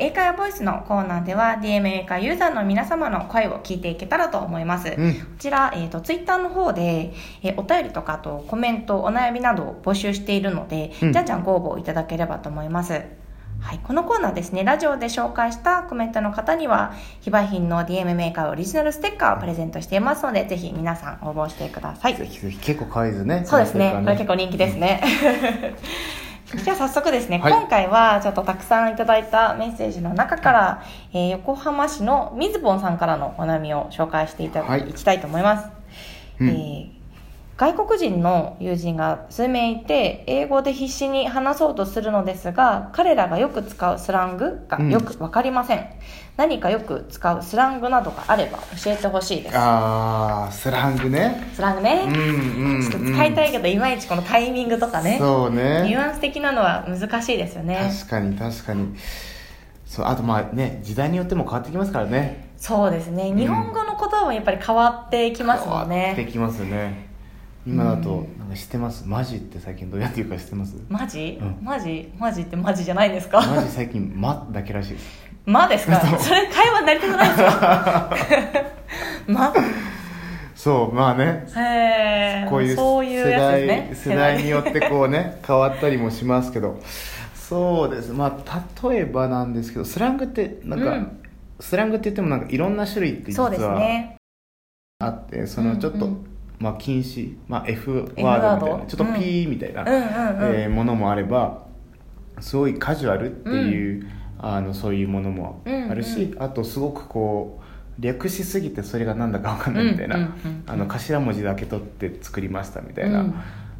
Speaker 5: 英会話ボイスのコーナーでは DM 英会ユーザーの皆様の声を聞いていけたらと思います、
Speaker 4: うん
Speaker 5: こちら、えー、とツイッターの方で、えーお便りとかあとコメントお悩みなどを募集しているので、
Speaker 4: うん
Speaker 5: じゃんじゃんご応募いただければと思いますはい、このコーナーですね、ラジオで紹介したコメントの方には、非売品の DM メーカーオリジナルステッカーをプレゼントしていますので、ぜひ皆さん応募してください。
Speaker 4: ぜひぜひ結構可愛いですね
Speaker 5: そうですね
Speaker 4: こ。の
Speaker 5: これ
Speaker 4: 世界
Speaker 5: 結構人気ですね。 じゃあ早速ですね、
Speaker 4: はい
Speaker 5: 今回はちょっとたくさんいただいたメッセージの中から、えー横浜市のみずぼんさんからのお悩みを紹介していただ、
Speaker 4: はい
Speaker 5: い、きたいと思います。
Speaker 4: うん
Speaker 5: えー外国人の友人が数名いて英語で必死に話そうとするのですが彼らがよく使うスラングがよくわかりません、何かよく使うスラングなどがあれば教えてほしいです
Speaker 4: ああスラングね
Speaker 5: スラングね、
Speaker 4: うんうん、うん、
Speaker 5: ちょっと使いたいけど、いまいちこのタイミングとかね、
Speaker 4: そう
Speaker 5: ニュ
Speaker 4: ね
Speaker 5: アンス的なのは難しいですよね。
Speaker 4: 確かに確かにそうあとまあね時代によっても変わってきますからね
Speaker 5: そうですね。日本語の言葉もやっぱり変わってきますもん
Speaker 4: 変わって
Speaker 5: ね。
Speaker 4: きますよね今だとなんか知ってますマジって最近どうやって言うか知ってます
Speaker 5: マジ、
Speaker 4: うん
Speaker 5: マジマジってマジじゃないんです
Speaker 4: マ
Speaker 5: か
Speaker 4: ジ最近「ま」だけらしいです
Speaker 5: まですかそれ会話になりたくないですかま
Speaker 4: そうまあね
Speaker 5: へー
Speaker 4: こういう
Speaker 5: そうい
Speaker 4: 世
Speaker 5: うやつ
Speaker 4: 代
Speaker 5: ですね
Speaker 4: 世代によってこうね 変わったりもしますけどそうですまあ例えばなんですけどスラングってなんか、
Speaker 5: うん
Speaker 4: スラングって言ってもなんかいろんな種類って実
Speaker 5: そうです
Speaker 4: は
Speaker 5: ね
Speaker 4: あってそ,、
Speaker 5: うんう
Speaker 4: の
Speaker 5: ん
Speaker 4: ちょっと、まあ、禁止、まあ、F ワードみた
Speaker 5: F ワード
Speaker 4: いなちょっと P みたいな、
Speaker 5: うんうんうん、
Speaker 4: えーものもあればすごいカジュアルっていう、あのそういうものもあるし、
Speaker 5: う
Speaker 4: あとすごくこう略しすぎてそれがなんだかわかんないみたいな、
Speaker 5: うんうんうん
Speaker 4: あの頭文字だけ取って作りましたみたいな。
Speaker 5: うん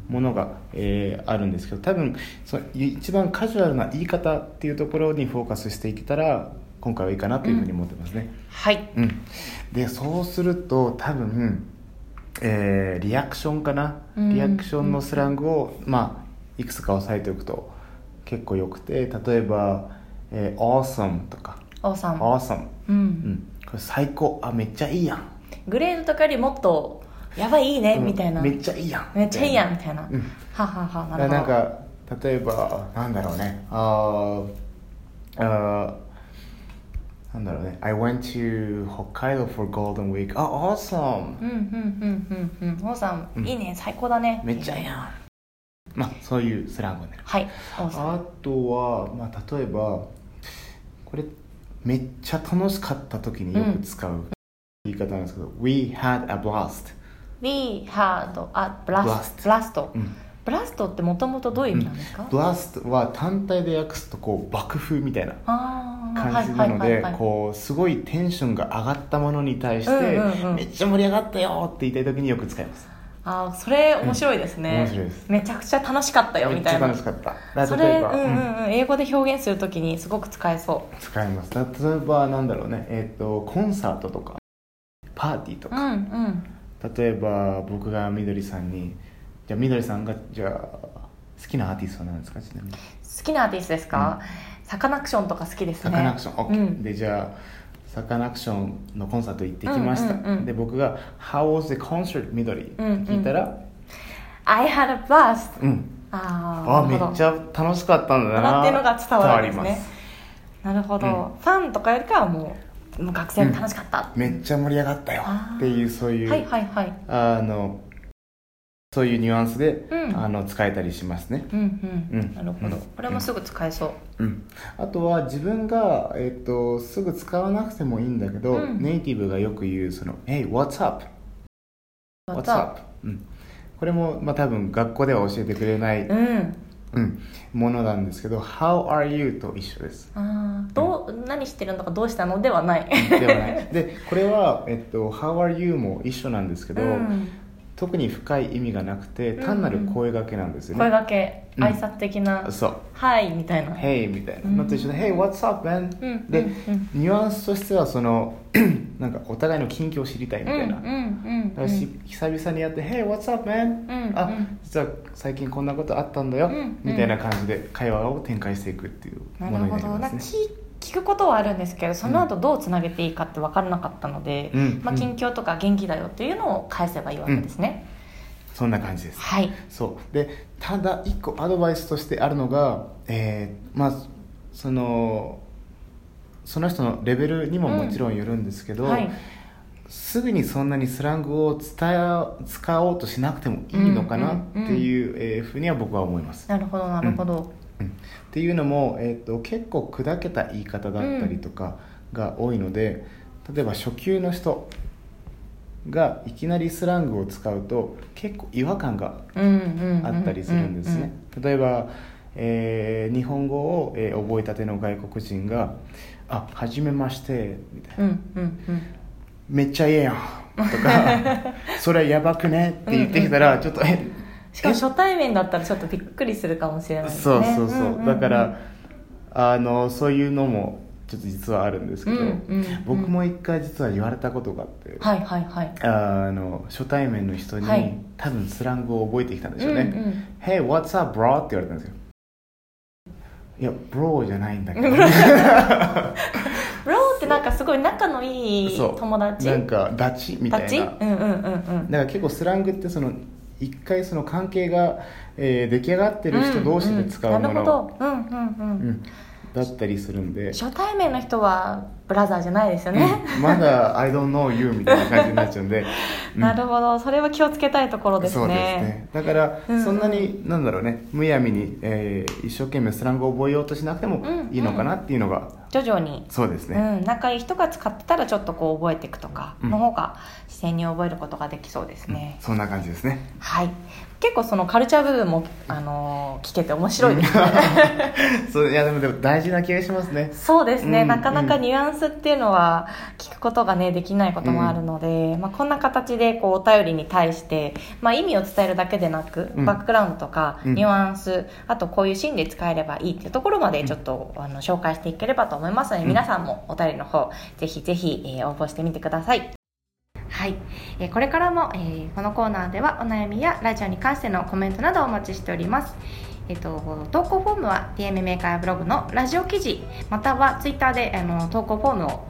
Speaker 4: ものが、えーあるんですけど多分そのい一番カジュアルな言い方っていうところにフォーカスしていけたら今回はいいかなというふうに思ってますね。
Speaker 5: はい
Speaker 4: うんでそうすると多分、えーリアクションかな、
Speaker 5: うん
Speaker 4: リアクションのスラングを、まあ、いくつか押さえておくと結構よくて例えば「えー、awesome」とか「
Speaker 5: 王さん、
Speaker 4: awesome
Speaker 5: う」、
Speaker 4: うんん「これ最高あめっちゃいいやん」
Speaker 5: グレードとかよりもっとやばいいいね、
Speaker 4: うん
Speaker 5: みたいな
Speaker 4: めっちゃいいやん」
Speaker 5: めっちゃいいやんみたいな、
Speaker 4: うん
Speaker 5: ははは
Speaker 4: だ
Speaker 5: な
Speaker 4: から
Speaker 5: るほど
Speaker 4: なんか例えばなんだろうねあーあーなんだろうね「I went to 北海道 for Golden Week」あ「awesome」
Speaker 5: うんうんうんうんうん王さん、
Speaker 4: うん
Speaker 5: いいね最高だね
Speaker 4: めっちゃええやんまあそういうスラングになる
Speaker 5: はい王さん
Speaker 4: あとは、まあ、例えばこれめっちゃ楽しかった時によく使う言い方なんですけど「We had a blast
Speaker 5: We had a
Speaker 4: Blast
Speaker 5: blast ブラスト」
Speaker 4: うん
Speaker 5: ブラストってもともとどういう意味なんですか、
Speaker 4: 「blast」は単体で訳すとこう爆風みたいな
Speaker 5: ああ
Speaker 4: 感じなので
Speaker 5: はいはいはいはい
Speaker 4: こうすごいテンションが上がったものに対して
Speaker 5: うんうんうん
Speaker 4: 「めっちゃ盛り上がったよ!」って言いたい時によく使います
Speaker 5: あーそれ面白いですね、
Speaker 4: 面白いです
Speaker 5: めちゃくちゃ楽しかったよ
Speaker 4: め
Speaker 5: み
Speaker 4: っち
Speaker 5: た
Speaker 4: ゃ
Speaker 5: いな
Speaker 4: 楽しかっただ
Speaker 5: そ
Speaker 4: から例
Speaker 5: れ
Speaker 4: え
Speaker 5: う
Speaker 4: ば
Speaker 5: んう
Speaker 4: うん
Speaker 5: んうん英語で表現するときにすごく使えそう
Speaker 4: 使います例えばなんだろうねえっ、とコンサートとかパーティーと
Speaker 5: う
Speaker 4: か、
Speaker 5: んうん
Speaker 4: 例えば僕がみどりさんにじゃあみどりさんがじゃあ好きなアーティストなんですかちなみに
Speaker 5: 好きなアーティストですか、サカナクションとか好きです
Speaker 4: サ
Speaker 5: ね
Speaker 4: カナクション、オッケー
Speaker 5: うん
Speaker 4: でじゃあサカナクションのコンサート行ってきました、
Speaker 5: うんうんうん
Speaker 4: で僕が「How was the concert みどり?」って聞いたら「
Speaker 5: I had a blast
Speaker 4: うん、
Speaker 5: あー
Speaker 4: あ
Speaker 5: な
Speaker 4: め
Speaker 5: るほど
Speaker 4: っちゃ楽しかったんだな」
Speaker 5: 笑ってるのが伝わるんです
Speaker 4: 伝
Speaker 5: ね
Speaker 4: わります
Speaker 5: なるほど、
Speaker 4: うん
Speaker 5: ファンとかよりかはもうもう学生も楽しかった、
Speaker 4: めっちゃ盛り上がったよ
Speaker 5: あー
Speaker 4: っていうそういう、
Speaker 5: はいはいはい
Speaker 4: あのそういうニュアンスで、
Speaker 5: うん
Speaker 4: あの使えたりしますね
Speaker 5: うんうん、
Speaker 4: うん
Speaker 5: なるほど、
Speaker 4: うん
Speaker 5: これもすぐ使えそう、
Speaker 4: うん、あとは自分が、えっとすぐ使わなくてもいいんだけど、
Speaker 5: うん
Speaker 4: ネイティブがよく言うその「Hey, what's up?
Speaker 5: また
Speaker 4: うん、これも、まあ、多分学校では教えてくれない、うん
Speaker 5: うん
Speaker 4: ものなんですけど「How are you?」と一緒です。
Speaker 5: あーどう何してるのかどうしたのではない
Speaker 4: ではない でこれは、えっと「How are you?」も一緒なんですけ
Speaker 5: う
Speaker 4: ど、
Speaker 5: ん、
Speaker 4: 特に深い意味がなくて単なる声がけなんですよね。
Speaker 5: 声がけ、
Speaker 4: うん
Speaker 5: 挨拶的な
Speaker 4: そう
Speaker 5: 「はい」みたいな、
Speaker 4: 「Hey」みたいなのと一緒で「Hey, what's up, man?、
Speaker 5: うん
Speaker 4: で、
Speaker 5: うんうん
Speaker 4: ニュアンスとしてはその なんかお互いの近況を知りたいみ
Speaker 5: うん
Speaker 4: たい
Speaker 5: うん
Speaker 4: な、
Speaker 5: うんう
Speaker 4: だからし
Speaker 5: ん
Speaker 4: 久々にやって「Hey, what's up, man?、
Speaker 5: うん
Speaker 4: あ
Speaker 5: うん
Speaker 4: 実は最近こんなことあったんだよ、
Speaker 5: うんうん
Speaker 4: みたいな感じで会話を展開していくっていう
Speaker 5: な
Speaker 4: もの
Speaker 5: る
Speaker 4: にな
Speaker 5: ほ
Speaker 4: り
Speaker 5: どなんか
Speaker 4: ますね。
Speaker 5: 聞聞くことはあるんですけどその後どうつなげていいかって分からなかったので、
Speaker 4: うん
Speaker 5: まあ、
Speaker 4: うん
Speaker 5: 近況とか元気だよっていうのを返せばいいわけですね、
Speaker 4: そんな感じです。
Speaker 5: はい
Speaker 4: そうでただ一個アドバイスとしてあるのが、えーまあそのその人のレベルにももちろんよるんですけど、
Speaker 5: はい
Speaker 4: すぐにそんなにスラングを伝え使おうとしなくてもいいのかなっていう、えーふうには僕は思います。
Speaker 5: なるほどなるほど、
Speaker 4: うんっていうのも、えー、と結構砕けた言い方だったりとかが多いので、例えば初級の人がいきなりスラングを使うと結構違和感が
Speaker 5: うんうんうん
Speaker 4: あったりするんですね、例えば、えー日本語を、えー覚えたての外国人が「あはじめまして」みたいな
Speaker 5: うんうんうん
Speaker 4: 「めっちゃええやん」と か「それやばくね」って言ってきたらちょっと「え
Speaker 5: しかも初対面だったらちょっとびっくりするかもしれないです
Speaker 4: そ
Speaker 5: ね
Speaker 4: うそうそう,、
Speaker 5: んんん
Speaker 4: だからあのそういうのもちょっと実はあるんですけど、
Speaker 5: うんうんうん
Speaker 4: 僕も一回実は言われたことがあって、
Speaker 5: はいはいはい
Speaker 4: あの初対面の人に、
Speaker 5: はい
Speaker 4: 多分スラングを覚えてきたんでしょうね「
Speaker 5: うんうん
Speaker 4: Hey, what's up, bro?」って言われたんですよいや、ブローじゃないんだけど、
Speaker 5: ローってなんかすごい仲のいい友達
Speaker 4: なんか、ダチみた
Speaker 5: たち
Speaker 4: いな。
Speaker 5: うんうんうん
Speaker 4: だから結構スラングってその一回その関係が、えー出来上がって
Speaker 5: う
Speaker 4: る
Speaker 5: ん
Speaker 4: 人同士で使うもの、
Speaker 5: んんなるほどうんうんうん、
Speaker 4: うんだったりするんで、
Speaker 5: 初対面の人はブラザーじゃないですよね、
Speaker 4: うんまだ「I don't know you」みたいな感じになっちゃうんで、 うん
Speaker 5: なるほどそれは気をつけたいところですね
Speaker 4: そうですねだから、
Speaker 5: うん
Speaker 4: そんなになんだろうねむやみに、えー一生懸命スラングを覚えようとしなくても
Speaker 5: うん
Speaker 4: いいのかなっていうのが、
Speaker 5: 徐々に、
Speaker 4: そうですね、
Speaker 5: うん、仲いい人が使ってたらちょっとこう覚えていくとか
Speaker 4: うん
Speaker 5: の方が自然に覚えることができそうですね、
Speaker 4: そんな感じですね
Speaker 5: はい結構そのカルチャー部分も、あのー聞けて面白いですね
Speaker 4: そういやでもでも大事な気がしますね
Speaker 5: そうですね、
Speaker 4: うん
Speaker 5: なかなかニュアンスっていうのは聞くことがねできないこともあるので、まあ、こんな形でこうお便りに対して、まあ、意味を伝えるだけでなく、
Speaker 4: うん
Speaker 5: バックグラウンドとか
Speaker 4: うん
Speaker 5: ニュアンス、あとこういうシーンで使えればいいっていうところまでちょっと、あの紹介していければと思いますので、皆さんもお便りの方ぜひぜひ、えー応募してみてください。はい、えーこれからも、えーこのコーナーではお悩みやラジオに関してのコメントなどをお待ちしております。えっと、投稿フォームは DM メーカーブログのラジオ記事またはツイッターであの投稿フォームを、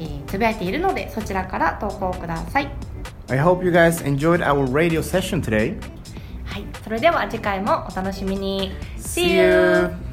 Speaker 5: えーつぶやいているのでそちらから投稿ください、
Speaker 4: I hope you guys enjoyed our radio session today
Speaker 5: はい、それでは次回もお楽しみに
Speaker 4: See you.